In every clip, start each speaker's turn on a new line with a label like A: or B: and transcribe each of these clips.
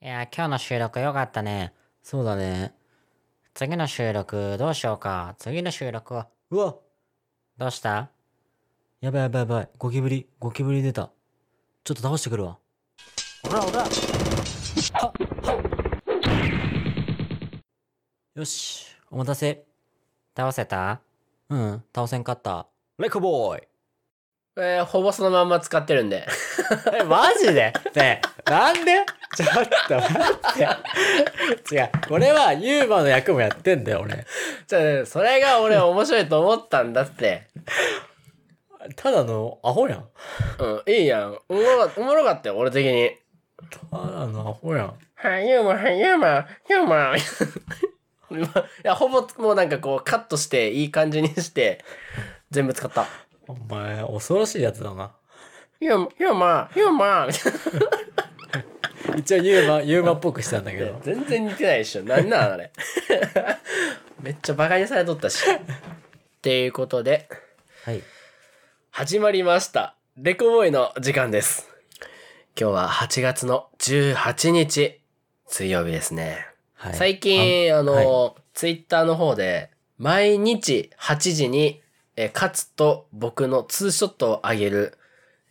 A: いやー、今日の収録良かったね。
B: そうだね。
A: 次の収録どうしようか。次の収録は、
B: うわ
A: どうした
B: やばいやばいやばい。ゴキブリ、ゴキブリ出た。ちょっと倒してくるわ。
A: ほらほら
B: よし、お待たせ。
A: 倒せた
B: うん、倒せんかった。レコボーイ
C: えー、ほぼそのまんま使ってるんで。
A: え、マジでねえ、なんでちょっと待って。違う、俺はユーマの役もやってんだよ、俺。
C: じゃあ、それが俺面白いと思ったんだって。
A: ただのアホやん。
C: うん、いいやん。おもろおもろかったよ、俺的に。
A: ただのアホやん。
C: はい、ユーマ、はい、ユーマ、ユー マ。いや、ほぼもうなんかこうカットして、いい感じにして、全部使った。
A: お前、恐ろしいやつだな。
C: ユーマ、ユーマ、ユーマ。みたい
A: 一応ユーマ、ユーマっぽくしたんだけ
C: な
A: ど。
C: 全然似てないでしょ。なんなんあれ。 めっちゃバカにされとったし。っていうことで、
B: はい。
C: 始まりました。レコボーイの時間です。今日は8月の18日、水曜日ですね。
B: はい。
C: 最近、あの、ツイッターの方で、毎日8時に、えー、勝つと僕のツーショットをあげる、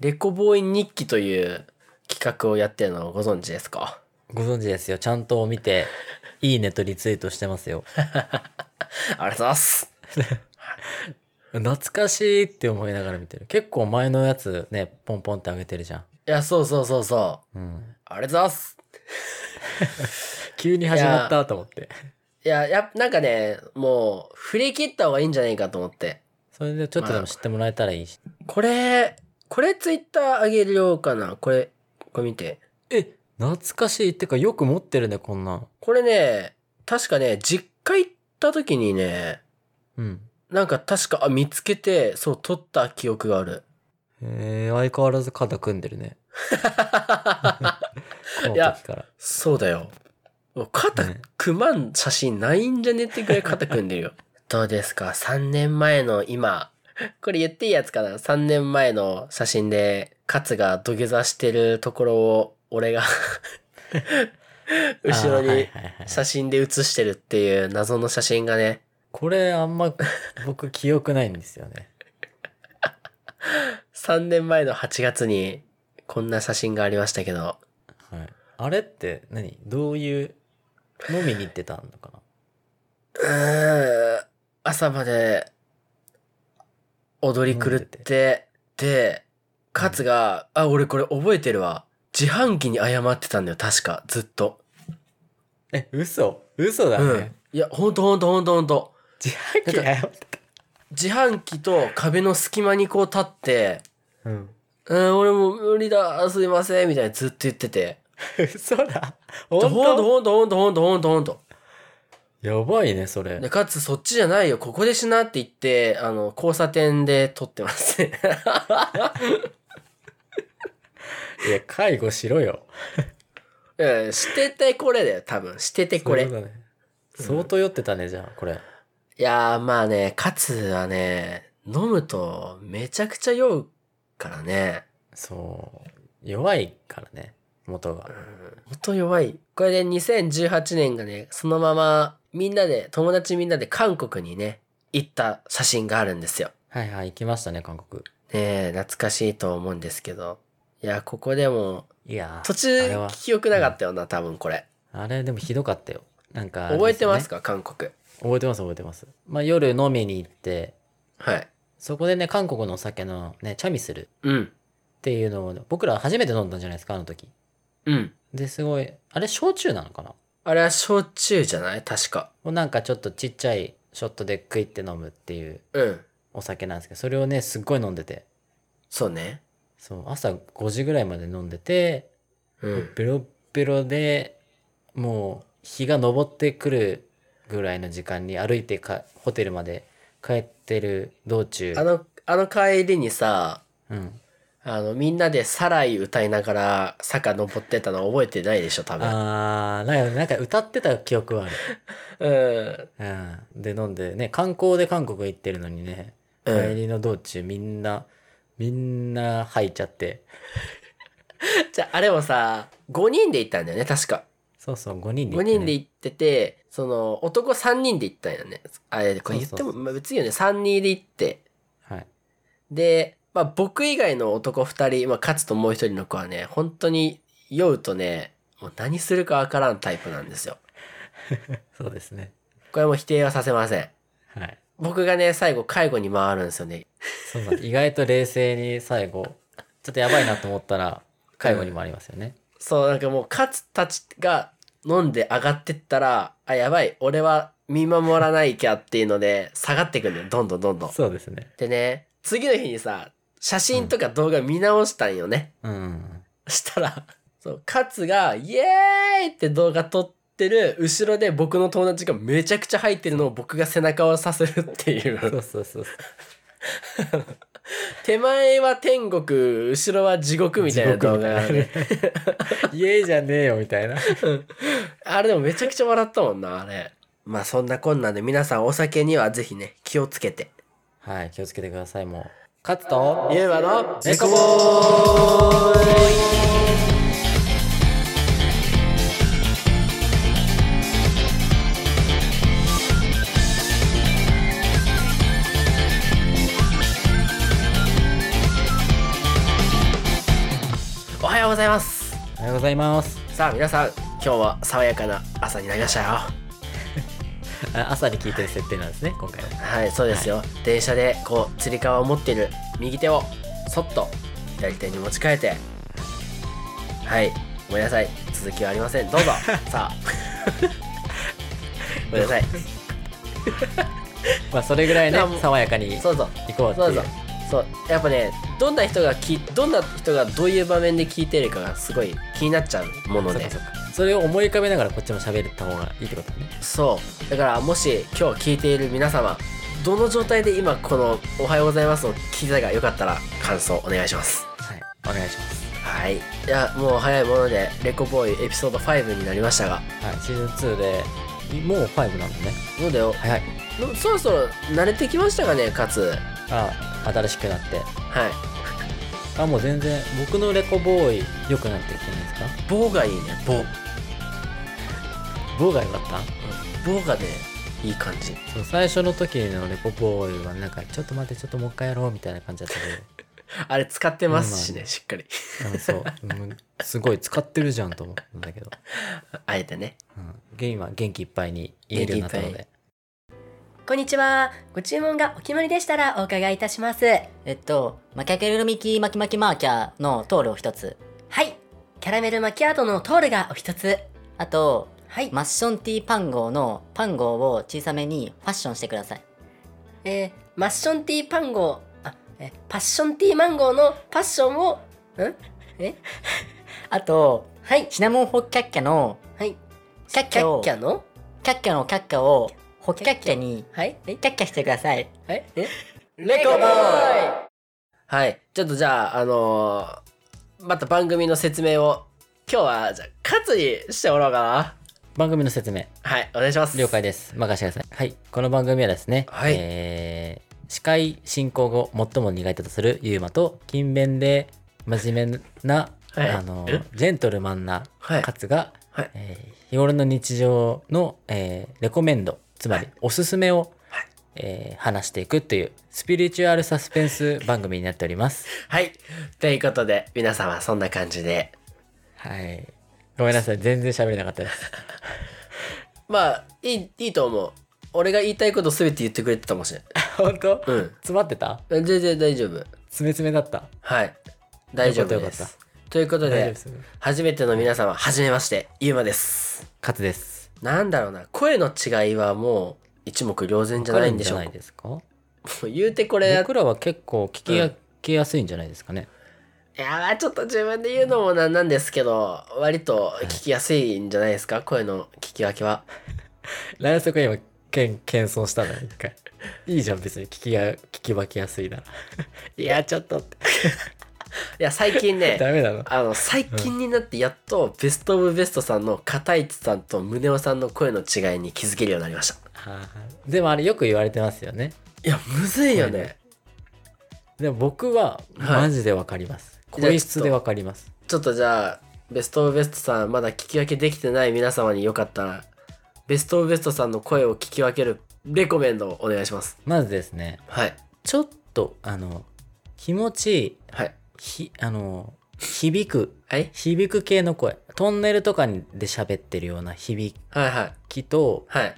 C: レコボーイ日記という企画をやってるのをご存知ですか
B: ご存知ですよ。ちゃんと見て、いいねとリツイートしてますよ。
C: ありがとうございます。
B: 懐かしいって思いながら見てる。結構前のやつね、ポンポンって上げてるじゃ
C: いや、そうそうそうそ
B: ん。うん。
C: う。ありがとうございます。
B: 急に始まったと思って。
C: いや、やっぱなんかね、もう、振り切った方がいいんじゃないかと思って。
B: それでちょっとでも知ってもらえたらいいし。
C: これ、これツイッターあげるようかな。これ、これ見て。
B: え、懐かしいってかよく持ってるね、こんなん。
C: これね、確かね、実家行った時にね、
B: うん。
C: なんか確か、あ、見つけて、そう、撮った記憶がある。
B: えー、相変わらず肩組んでる ね。この
C: いや
B: 時から。
C: そうだよ。もう肩
B: ね
C: 組まん写真ないんじゃねってくらい肩組んでるよ。 どうですか ?3 年前の今。これ言っていいやつかな ?3 年前の写真で、カツが土下座してるところを、俺が、後ろ
B: あーはい
C: に
B: はいはい
C: 写真で写してるっていう謎の写真がね、
B: これあんま僕記憶ないんですよね。
C: 3年前の8月に、こんな写真がありましたけど、
B: はい、あれって何どういう飲みに行ってたのかな
C: うーん朝まで踊り狂ってでカツが、あ俺これ覚えてるわ自販機に謝ってたんだよ確かずっと、
B: え嘘嘘だね、
C: うんいやほんとほんとほんとほんと
B: 自販機だよ、
C: 自販機と壁の隙間にこう立って
B: うん、
C: 「うん俺もう無理だすいません」みたいにずっと言ってて
B: 嘘だ
C: ほ
B: 本
C: んと
B: 当
C: ほんとほんとほんとほんとほんと
B: やばいねそれ
C: でかつそっちじゃないよここでしなって言ってあの交差点で撮ってます ね
B: いや介護しろよ
C: うんしててこれだよ多分しててこれ
B: そうだね相当酔ってたねじゃあこれ
C: いやーまあね、カツはね、飲むとめちゃくちゃ酔うからね。
B: そう弱いからね元が
C: ほんと弱い。これで2018年がね、そのままみんなで、友達みんなで韓国にね、行った写真があるんですよ。
B: はいはい行きましたね韓国
C: ねえ、懐かしいと思うんですけど。いや、ここでも、
B: いやー
C: 途
B: あれ
C: 中
B: は
C: 記憶なかったよな、多分これ。
B: あれでもひどかったよなんかあれですよね、
C: 覚えてますか、韓国。
B: 覚えてます覚えてますまあ夜飲みに行って
C: はい。
B: そこでね韓国のお酒のねチャミする
C: うん。
B: っていうのを僕ら初めて飲んだんじゃないですかあの時
C: うん。
B: ですごいあれ焼酎なのかな
C: あれは焼酎じゃない確か。
B: もうなんかちょっとちっちゃいショットで食いって飲むっていう
C: うん。
B: お酒なんですけどそれをねすっごい飲んでて
C: そうね。
B: そう朝5時ぐらいまで飲んでて
C: うん。
B: ベロッベロでもう日が昇ってくるぐらいの時間に歩いてかホテルまで帰ってる道中
C: あの、あの帰りにさ、
B: うん、
C: あの、みんなでサライ歌いながら坂登ってたの覚えてないでしょ、多分。
B: あーなんかなんか歌ってた記憶はある
C: うん。
B: うん、で飲んでね観光で韓国行ってるのにね帰
C: うん
B: りの道中みんな、みんな吐いちゃって
C: じゃあ、あれもさ、5人で行ったんだよね、確か。
B: そうそう、5人で
C: 5
B: 行ってね
C: 人で行ってて、その、男3人で行ったんやね。あれ、これ言って
B: そう
C: も、
B: そう
C: まあ、別にいいよね、3人で行って。
B: はい。
C: で、まあ僕以外の男2人、まあ勝つともう1人の子はね、本当に酔うとね、もう何するかわからんタイプなんですよ。
B: そうですね。
C: これはもう否定はさせません。
B: はい。
C: 僕がね、最後介護に回るんですよね。
B: そうなんです意外と冷静に最後、ちょっとやばいなと思ったら、介護にもありますよね。
C: そう、なんかもう勝つたちが飲んで上がってったら、あ、やばい、俺は見守らないきゃっていうので、下がってくんだよ。どんどんどんどん。
B: そうですね。
C: でね、次の日にさ、写真とか動画見直したんよね。
B: うん。
C: したら、そう、カツが、イエーイって動画撮ってる、後ろで僕の友達がめちゃくちゃ入ってるのを僕が背中をさせるってい。
B: そううそうそうそう。
C: 手前は天国、後ろは地獄みたいな動画があるね。
B: 家じゃねえよ、みたいな。
C: あれでもめちゃくちゃ笑ったもんな、あれ。まあそんなこんなんで皆さんお酒にはぜひね、気をつけて。
B: はい、気をつけてください、もう。勝つと、
C: ゆうまの
B: ネコ
C: ボーイおはようございます
B: おはようございます。
C: さあ皆さん今日は爽やかな朝になりましたよ
B: あ朝に聞いてる設定なんですね、今回は。
C: はいそうですよ、電車でこうつり革を持ってる右手をそっと左手に持ち替えてはいごめんなさい続きはありませ んどうぞさあごめんなさい
B: まあ、それぐらいね
C: いやもう、
B: 爽やかに
C: そうぞ
B: 行こうって
C: そう
B: い
C: ぞ
B: う。
C: そうやっぱねどんな人がきどんな人がどういう場面で聞いてるかがすごい気になっちゃうもの
B: そっ
C: で
B: かそっかそれを思い浮かべながらこっちも喋った方がいいってことね。
C: そうだからもし今日聞いている皆様どの状態で今この「おはようございます」を聞いたがよかったら感想お願いします
B: はい、お願いします。
C: はいいやもう早いものでレコボーイエピソード5になりましたが
B: はい、シーズン2で、もう5なのね。
C: どうだよ
B: はいはい。
C: でもそろそろ慣れてきましたかねかつ
B: あ、新しくなって。
C: はい
B: あ、もう全然、僕のレコボーイ、良くなってきてないですか
C: 棒がいいね棒
B: 棒が良かった
C: 棒がねいい感じ
B: そう、最初の時のレコボーイはなんか、ちょっと待って、ちょっともう一回やろうみたいな感じだったけ
C: あれ使ってますしねしっかり
B: ど、うん、そう、うんすごい使ってるじゃんと思ったんだけど、
C: あえてね
B: うん、今元気いっぱいに言えるようになったの
C: 元気い
B: で、
D: こんにちは。ご注文がお決まりでしたらお伺いいたします。
E: えっと、マキャケルミキマキマキマーキャーのトールを一つ。
D: はい。キャラメルマキアートのトールがお一つ。
E: あと、
D: はい。
E: マッションティーパンゴーのパンゴーを小さめにファッションしてください。
D: えー、マッションティーパンゴー、あ、えー、パッションティーマンゴーのパッションを、ん
E: あと、
D: はい。
E: シナモンホッキャッキャの、
D: はい。
E: キャッキ
D: キャ
E: ャ
D: ッ
E: を、
D: キ
E: キャ
D: ャの
E: ッキャのキャッキャを、ホッキャッキャに、
D: はい。
E: キャッキャしてください。
D: はい。え
C: レコボーイはい。ちょっとじゃあ、あのーまた番組の説明を、今日は、じゃあ、カツにしてもらおうかな。
B: 番組の説明、
C: はい、お願いします。
B: 了解です。任せてください。はい。この番組はですね、
C: はい
B: えー、司会進行後最も苦手とするユーマと、勤勉で真面目な、
C: はい
B: あの
C: え、
B: ジェントルマンな
C: はい
B: カツが、
C: はい
B: えー日頃の日常の、えーレコメンド、つまりおすすめを、えー話していくというスピリチュアルサスペンス番組になっております。
C: はい。ということで、皆様、そんな感じで。
B: はい。ごめんなさい。全然喋れなかったです。
C: まあ、いい、いいと思う。俺が言いたいことすべて言ってくれてたかもしれな
B: 本当
C: い。うん。
B: 詰まってた
C: 全然大丈夫。
B: 詰め詰めだった。
C: はい。大丈夫
B: よか
C: で
B: ったよか
C: す。ということ
B: 大丈夫
C: で
B: で、す。
C: 初めての皆様、はじめまして、ゆうまです。
B: カツです。
C: なんだろうな、声の違いはもう、一目瞭然じゃないんでしょう
B: わ
C: か
B: かるんじゃないですか
C: もう言うてこれやっ
B: 僕らは結構聞きやけやすいんじゃないですかね。
C: いやーちょっと自分で言うのもなんなんですけど割と聞きやすいんじゃないですか声の聞き分けは
B: ライオンさんが今、けん、謙遜したのよ一回。いいじゃん、別に聞きや、聞き分けやすいなら。いや、ちょっとって。
C: いや最近ね
B: ダメなの。
C: あの最近になってやっとベスト・オブ・ベストさんの片市さんと宗男さんの声の違いに気づけるようになりました
B: あーでもあれよく言われてますよね。
C: いやむずいよね
B: でも僕は
C: はい
B: マジでわかります。
C: じゃあ
B: 声質でわかります。
C: ちょっとじゃあベストオブベストさんまだ聞き分けできてない皆様によかったらベストオブベストさんの声を聞き分けるレコメンドをお願いします
B: まずですね、
C: はい
B: ちょっと、あの、気持ちいい、
C: はい
B: ひ、あの、響く、
C: はい
B: 響く系の声。トンネルとかで喋ってるような響
C: はいはい
B: きと、
C: はい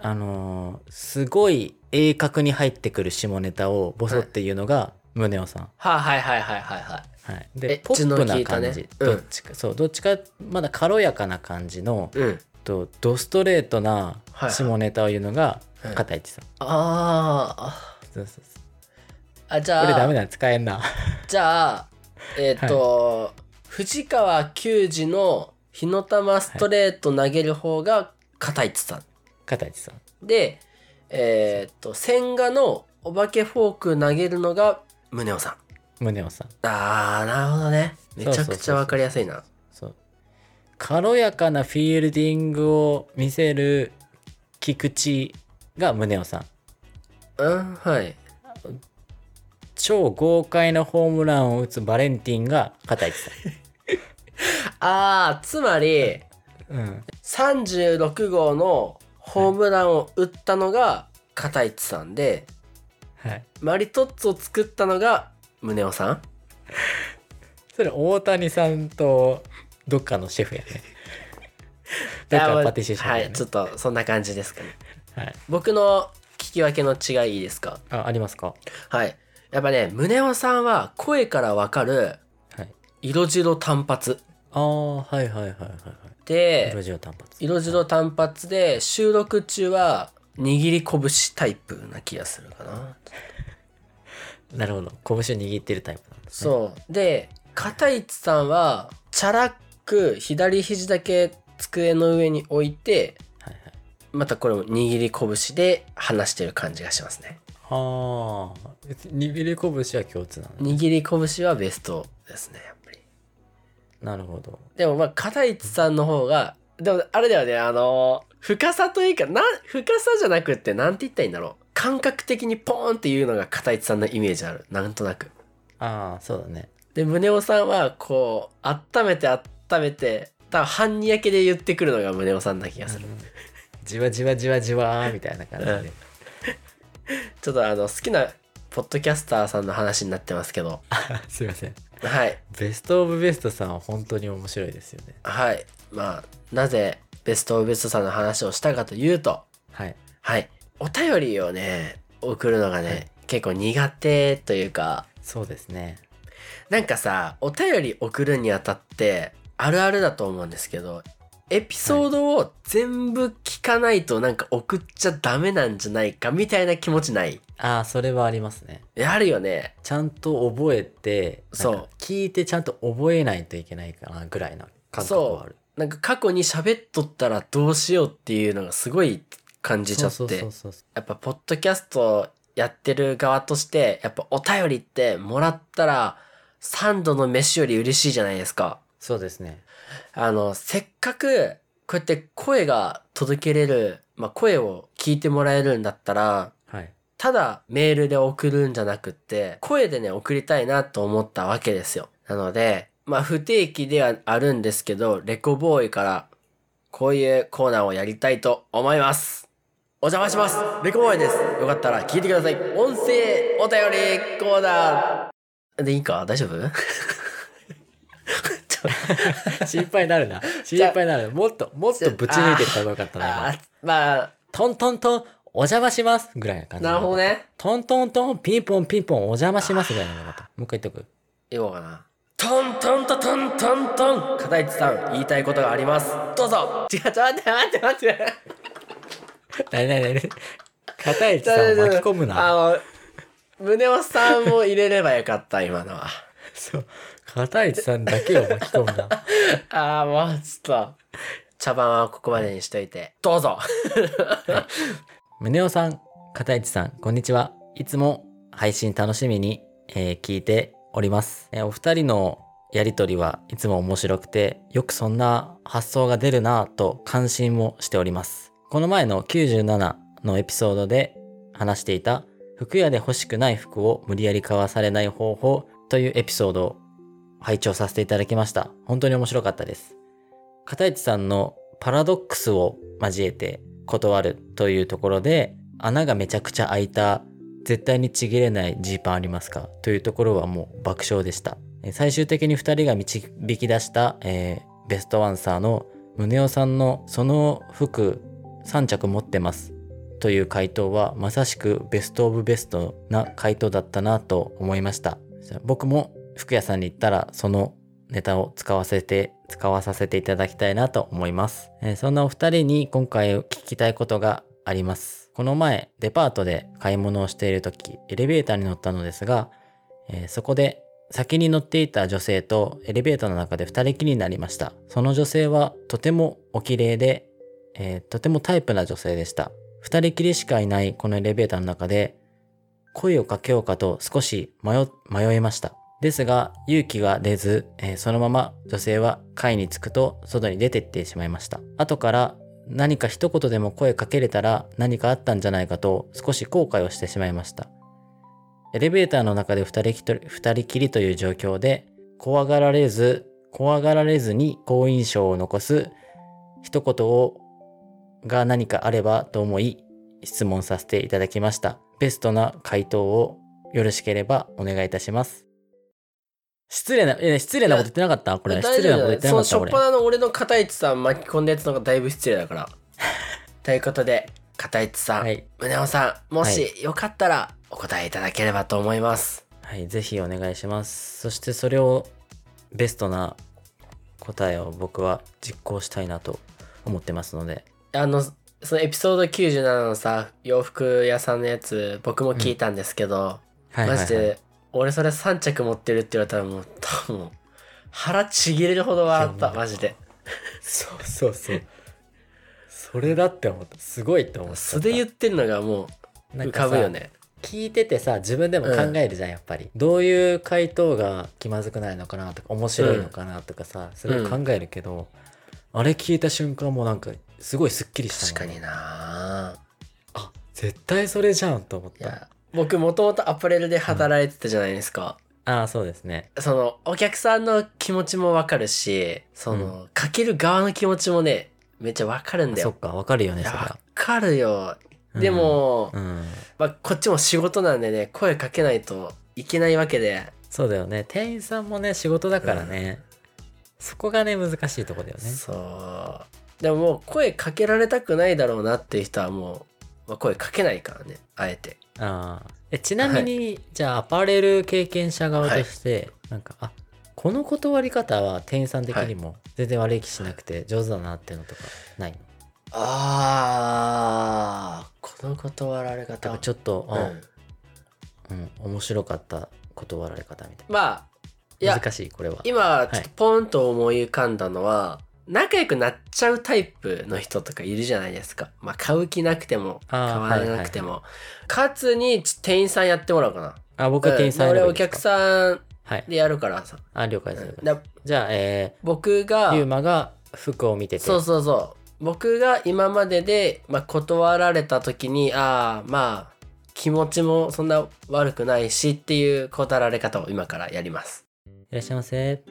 B: あのーすごい鋭角に入ってくる下ネタをボソっていうのが宗男さん、
C: はいはいはいはいはいはい
B: はい、
C: え
B: でポップ
C: 血の利
B: ない
C: た
B: 感
C: ね
B: じ、
C: うん
B: どっちかそうどっちかまだ軽やかな感じの
C: うん
B: とドストレートな
C: はい
B: 下ネタを言うのが
C: はい
B: 片市さん、
C: あ
B: そうそうそう
C: ーあじゃあ
B: これダメだ使えんな
C: じゃあえっ、と、藤川球児の火の玉ストレート投げる方が片市さん
B: 片市さん
C: で、えーっと、千賀のお化けフォーク投げるのが宗男さん。
B: 宗男さん
C: あー、なるほどね。めちゃくちゃわかりやすいな。
B: そう軽やかなフィールディングを見せる菊池が宗男さん
C: うん、はい。
B: 超豪快なホームランを打つバレンティンが片市さん
C: あー、つまり、
B: うん、
C: 36号のホームランを打ったのが片市さんで、
B: はい。
C: マリトッツォを作ったのが宗男さん
B: それ大谷さんとどっかのシェフやね。どっかのパティシエシェフ
C: は
B: や
C: い、
B: ね
C: ちょっとそんな感じですかね。
B: はい。
C: 僕の聞き分けの違いいいですか
B: あ、ありますか。
C: はい。やっぱね、宗男さんは声からわかる
B: はい。
C: 色白単発。
B: ああ、はいはいはいはいはい。
C: で
B: 色白単発。
C: 色白単発で収録中は握り拳タイプな気がするかな
B: なるほど。拳を握ってるタイプなんですね。
C: そうで片市さんはチャラく左肘だけ机の上に置いて
B: はいはい。
C: またこれも握り拳で話してる感じがしますね
B: はあ、握り拳は共通なの、ね。
C: 握り拳はベストですねやっぱり
B: なるほど。
C: でもまあ片市さんの方がでもあれだよねあのー深さというかな深さじゃなくってなんて言ったらいいんだろう感覚的にポーンっていうのが片市さんのイメージあるなんとなく
B: ああ、そうだね。
C: で宗男さんはこう温めて温めて多分半にやけで言ってくるのが宗男さんな気がする、
B: じわじわじわじわーみたいな感じで。
C: うん ちょっとあの好きなポッドキャスターさんの話になってますけど
B: すいません。
C: はい
B: ベストオブベストさんは本当に面白いですよね。
C: はいまあなぜベストオブベストさんの話をしたかというと
B: はい。
C: はいお便りをね送るのがね、結構苦手というか
B: そうですね。
C: なんかさお便り送るにあたってあるあるだと思うんですけどエピソードを全部聞かないとなんか送っちゃダメなんじゃないかみたいな気持ちない
B: ああ、それはありますね。
C: いやあるよね
B: ちゃんと覚えて
C: そう
B: なんか聞いてちゃんと覚えないといけないかなぐらいな感覚はある
C: なんか過去に喋っとったらどうしようっていうのがすごい感じちゃって
B: そうそうそうそ
C: やっぱポッドキャストやってる側としてやっぱお便りってもらったら3度の飯より嬉しいじゃないですか
B: うそうですね
C: あの、せっかく、こうやって声が届けれる、まあ、声を聞いてもらえるんだったら、
B: はい
C: ただメールで送るんじゃなくって、声でね、送りたいなと思ったわけですよ。なので、まあ、不定期ではあるんですけど、レコボーイから、こういうコーナーをやりたいと思います。お邪魔します。レコボーイです。よかったら聞いてください。音声お便りコーナー。で、いいか大丈夫ちょ
B: 心配にな るな心配になるもっともっとぶち抜いてった方がよかったな
C: あ
B: 今
C: ーまあ、
B: トントントンお邪魔しますぐらいな感じ
C: なるほどね。
B: トントントンピンポンピンポンお邪魔しますぐらいなのかったもう一回言っとく
C: 言おうかな。トントントントントントン片市さん、言いたいことがあります。どうぞ違う、ちょ、待って、待って、待って。
B: なになになに 片市さんを巻き込むな
C: あの、宗男さんも入れればよかった、今のは。
B: そう片市さんだけを巻き込むな
C: ああ、もうちょっと。茶番はここまでにしといて。どうぞ
B: 宗男さん、片市さん、こんにちは。いつも配信楽しみに、えー聞いております、えーお二人のやりとりはいつも面白くて、よくそんな発想が出るなぁと関心もしております。この前の97のエピソードで話していた服屋で欲しくない服を無理やり買わされない方法というエピソード拝聴させていただきました。本当に面白かったです。片市さんのパラドックスを交えて断るというところで、穴がめちゃくちゃ開いた、絶対にちぎれないジーパンありますかというところはもう爆笑でした。えー最終的に2人が導き出した、えーベストアンサーの宗男さんのその服3着持ってますという回答はまさしくベストオブベストな回答だったなと思いました僕も服屋さんに行ったらそのネタを使わせて使わさせていただきたいなと思います、えーそんなお二人に今回聞きたいことがありますこの前デパートで買い物をしている時エレベーターに乗ったのですが、えーそこで先に乗っていた女性とエレベーターの中で二人きりになりましたその女性はとてもお綺麗でえーとてもタイプな女性でした。二人きりしかいないこのエレベーターの中で、声をかけようかと少し迷、迷いました。ですが、勇気が出ず、えーそのまま女性は階に着くと外に出て行ってしまいました。後から何か一言でも声かけれたら何かあったんじゃないかと少し後悔をしてしまいました。エレベーターの中で二人きと二人きりという状況で、怖がられず、怖がられずに好印象を残す一言をが何かあればと思い質問させていただきました。ベストな回答をよろしければお願いいたします。失礼な、え、失礼なこと言ってなかったこれ。失
C: 大
B: 礼
C: 丈
B: なこ
C: 夫
B: と
C: だ
B: 言っ
C: よ。
B: てな
C: そ
B: か
C: の
B: っ
C: 初
B: た
C: っ
B: 俺。
C: 端の俺の片市さん巻き込んだやつの方がだいぶ失礼だから。ということで、片市さん、
B: はい。
C: 宗男さん、もしよかったらお答えいただければと思います。
B: はい、ぜひお願いします。そしてそれをベストな答えを僕は実行したいなと思ってますので。
C: あの、そのエピソード97のさ、洋服屋さんのやつ、僕も聞いたんですけど、
B: はいはい、はい。
C: マジで、俺それ3着持ってるって言われたらもう、多分腹ちぎれるほど笑った、マジで。
A: そうそうそう。それだって思った。すごいって思った。
C: 素で言ってるのがもう、
B: なん
C: 浮
B: かさ
C: かぶよね。
B: 聞いててさ自分でも考えるじゃん、やっぱりどういう回答が気まずくないのかなとか面白いのかなとかさ、それを考えるけど、あれ聞いた瞬間もうなんかすごいすっきりした
C: 確か
B: もんね
C: にな
B: あ絶対それじゃんと思っ
C: い
B: た
C: や、僕もともとアパレルで働いてたじゃないですか。
B: ああそうですね
C: その、お客さんの気持ちもわかるし、その、かける側の気持ちもね、めっちゃわかるんだ
B: そ
C: よ
B: っ。かわかるよ
C: い
B: ね
C: や
B: それ
C: わ
B: は
C: かるよ。
B: うん
C: でも、
B: うん
C: まあ、こっちも仕事なんでね、声かけないといけないわけで、
B: そうだよね店員さんもね仕事だからね、そこがね難しいとこだよね
C: そう。でももう声かけられたくないだろうなっていう人はもう、まあ、声かけないからね、あえて。
B: ああえちなみに、じゃあアパレル経験者側として、なんかあこの断り方は店員さん的にも全然悪い気しなくて上手だなっていうのとかないの、
C: あー、この断られ
B: だ
C: 方
B: か
C: は
B: らちょっと、
C: う
B: あ
C: ん、
B: うん、面白かった断られ方みたい
C: まあ、い
B: な
C: や、
B: 難しいこれは
C: 今、ちょっとポンと思い浮かんだのは、仲良くなっちゃうタイプの人とかいるじゃないですか。まあ、買う気なくても、買
B: あー
C: わなくても。かつに、ち店員さんやってもらおうかな。
B: あ僕は店員さん
C: うん
B: やれ
C: 俺
B: ばい
C: お
B: いですか
C: 客さん
B: はい
C: でやるからさ。
B: あ了解です了解です
C: だ
B: じゃあえ
C: 僕が
B: ー、ゆうまが服を見てて
C: そうそうそう。僕が今までで、まあ、断られた時に、ああ、まあ、気持ちもそんな悪くないしっていう断られ方を今からやります。
B: いらっしゃいませ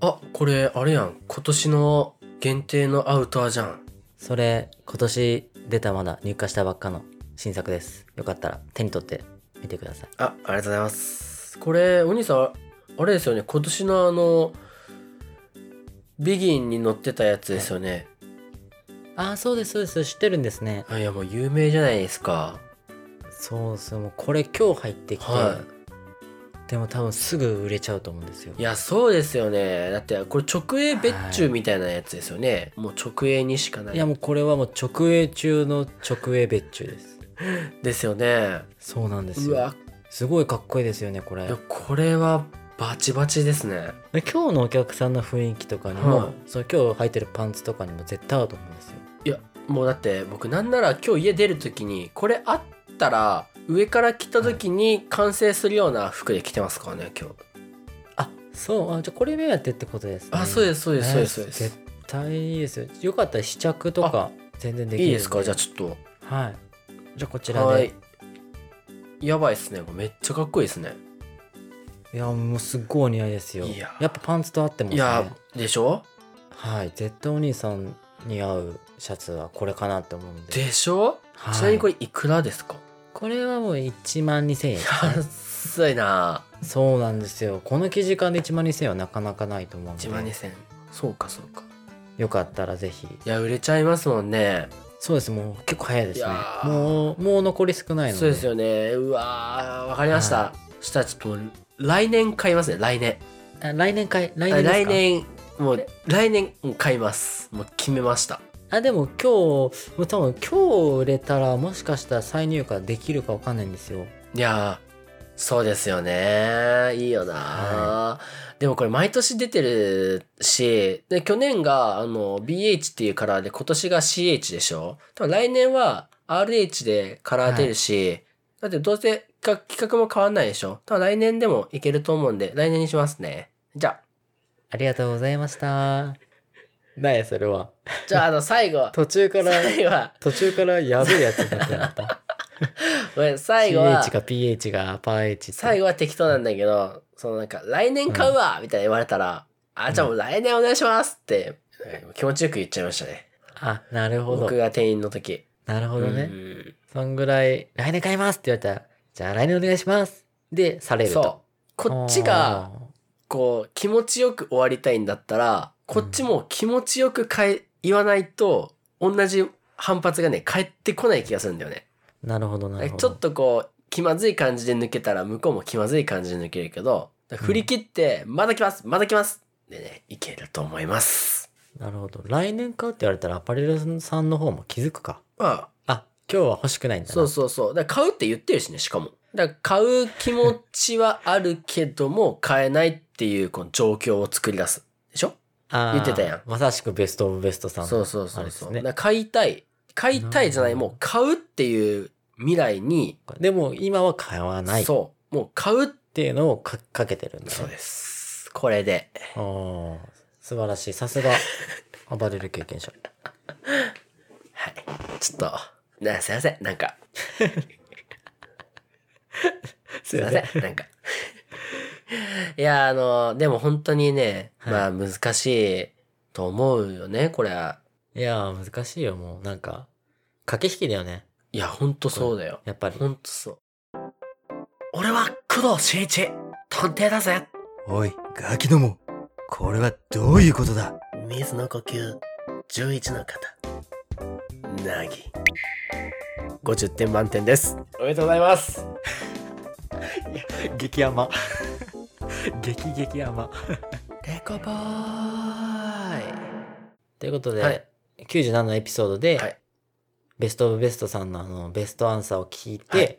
C: あ、これ、あれやん。今年の限定のアウターじゃん。
B: それ今年出たまだ入荷したばっかの新作ですよかったら手に取ってみてください
C: あ、ありがとうございます。これ、お兄さん、あれですよね。今年のあの、ビギンに乗ってたやつですよね。
B: ああそうですそうです知ってるんですね
C: あいや、もう有名じゃないですか。
B: そうそうもうこれ今日入ってきて、
C: は
B: でも多分すぐ売れちゃうと思うんですよ
C: いや、そうですよね。だって、これ直営別注みたいなやつですよね。もう直営にしかない
B: いやもうこれはもう直営中の直営別注です
C: ですよね。
B: そうなんです
C: う
B: よ
C: わ、
B: すごいかっこいいですよねこれ
C: いやこれはバチバチですね。
B: 今日のお客さんの雰囲気とかにも、
C: はい
B: その今日履いてるパンツとかにも絶対合うと思うんですよ
C: いや、もうだって僕なんなら今日家出る時にこれあったら上から着た時に完成するような服で着てますからね、今日。
B: あそうあじゃあこれ目当てってことですね
C: あ、そうです、そうです、そうです、そう
B: ね
C: です。
B: 絶対いいですよよかったら試着とか全然できるん
C: いいですかじゃあちょっと。
B: はいじゃあこちらで
C: はい。やばいっすね。これめっちゃかっこいいですね。
B: いやもうすっごいお似合いですよ
C: いや
B: やっぱパンツと合ってます
C: い
B: ね
C: や、でしょ
B: はい絶対お兄さんに合うシャツはこれかなって思うんで
C: でしょ、
B: はい
C: ちなみにこれいくらですか
B: これはもう1万2000円ですね
C: 安いな
B: そうなんですよこの生地感で1万2000円はなかなかないと思うんで
C: 1万2000そうかそうか
B: よかったらぜひ
C: いや売れちゃいますもんね
B: そうですもう結構早いですね
C: いやー
B: もうもう残り少ないので
C: そうですよねうわーわかりました、
B: は
C: したらちょっともう来年買いますね来年
B: あ来年かい来
C: 来
B: 年で
C: 年
B: すか
C: もう来年もう買いますもう決めました
B: あでも今日もう多分今日売れたらもしかしたら再入荷できるかわかんないんですよ
C: いやーそうですよねいいよな、でもこれ毎年出てるしで去年があの BH っていうカラーで今年が CH でしょ多分来年は RH でカラー出るし、だってどうせ企画企画も変わんないでしょ多分来年でもいけると思うんで来年にしますねじゃ
B: ありがとうございましたないそれは
C: あじゃああの 最後
B: 途中から
C: 最後は
B: 途中からやべえやつになってなかった
C: ごめん 最後は
B: CH か PH がパー H って
C: 最後は適当なんだけど、そのなんか、来年買うわみたいな言われたら、あ、じゃあもう来年お願いしますって、気持ちよく言っちゃいましたね。
B: あなるほど
C: 僕が店員の時。
B: なるほ
C: う
B: どね
C: ん
B: そんぐらい来年買いますって言われたらじゃあ来年お願いしますでされると
C: そう。こっちが、こう、気持ちよく終わりたいんだったら、こっちも気持ちよく変え、言わないと、同じ反発がね、返ってこない気がするんだよ
B: あ
C: ね。
B: ーなるほどなるほど
C: ちょっとこう、気まずい感じで抜けたら、向こうも気まずい感じで抜けるけど、振り切って、まだ来ますまだ来ますでね、いけると思います。
B: なるほど来年買うって言われたらアパレルさんの方も気づくか
C: まあ、
B: あ今日は欲しくないんだな
C: そうそうそう。だから買うって言ってるしね、しかも。だから買う気持ちはあるけども、 買えないっていうこの状況を作り出す。でしょ
B: あー
C: 言ってたやん
B: まさしくベストオブベストさん
C: そうそうそ
B: あれ
C: う
B: です
C: そう。
B: ね
C: だから買いたい。買いたいじゃない、
B: なるほど
C: もう買うっていう未来に、
B: でも今は買わないっ
C: そう。もう買う。
B: ていうのをかかけてるんだね
C: そうです。これで。
B: あー素晴らしいさすが暴れる経験者
C: はい。ちょっと、なすいません。なんか、
B: す
C: すいませ ん。なんか。いや、あの、でも本当にね、まあ難しいと思うよね、これは。
B: いやー難しいよもうなんか駆け引きだよね
C: いや、ほんとそうだよ。
B: やっぱり
C: ほんとそう。俺は工藤新一、探偵だぜ
F: おい、ガキども。これはどういうことだ
C: 水の呼吸、11の方。なぎ。50点満点です。おめでとうございます。
A: 激 甘激激甘
C: レコボー
B: ということで、
C: はい
B: 97のエピソードで、
C: はい
B: ベスト・オブ・ベストさんのあのベストアンサーを聞いて、
C: はい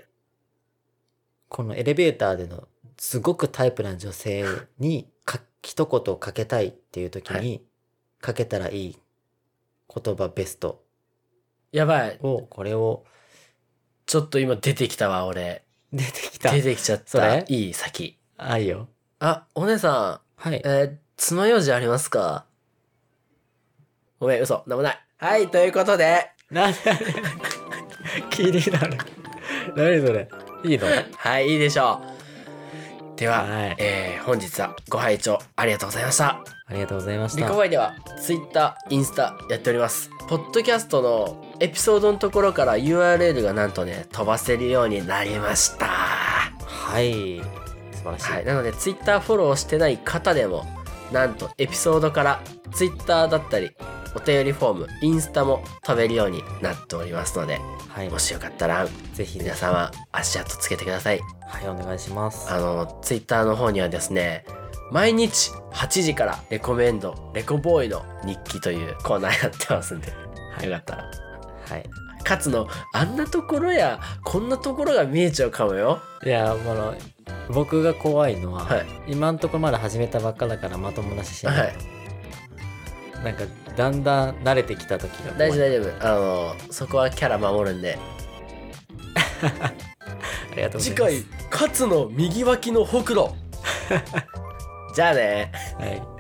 B: このエレベーターでのすごくタイプな女性にか一言をかけたいっていう時に、
C: は
B: かけたらいい言葉ベスト
C: い。やばい。
B: をこれを
C: ちょっと今出てきたわ、俺。
B: 出てきた
C: 出てきちゃっ
B: そ
C: た。
B: れ
C: いい先。
B: あいいよ
C: あ、お姉さ
B: はい
C: ん、えー、爪楊枝ありますかごめん、嘘。なんもない。はい、ということで。
B: なんで気になる何それいいの
C: はい、いいでしょう。では、
B: はい
C: えー本日はご拝聴ありがとうございました。
B: ありがとうございまし
C: リ
B: た
C: コバイでは Twitter、インスタやっております。ポッドキャストのエピソードのところから URL がなんとね、飛ばせるようになりました。は
B: はい素晴らしい、
C: い、なので Twitter フォローしてない方でも、なんとエピソードから Twitter だったり、お便りフォーム、インスタも飛べるようになっておりますので、
B: はい
C: もしよかったら
B: ぜひ
C: 皆様足跡つけてください。
B: はいお願いします
C: あの、ツイッターの方にはですね、毎日8時からレコメンド、レコボーイの日記というコーナーやってますんで、よかったら。
B: はい
C: 勝つの、あんなところや、こんなところが見えちゃうかもよ。
B: いやもうあの僕が怖いのは、
C: はい
B: 今んとこまだ始めたばっかだからまともな写真、
C: はい。
B: なんかだんだん慣れてきた時が怖い
C: 大丈夫大丈夫。あの、そこはキャラ守るんで。
B: ありがとうございます、
C: 勝つの右脇のほくろ。じゃあね。
B: はい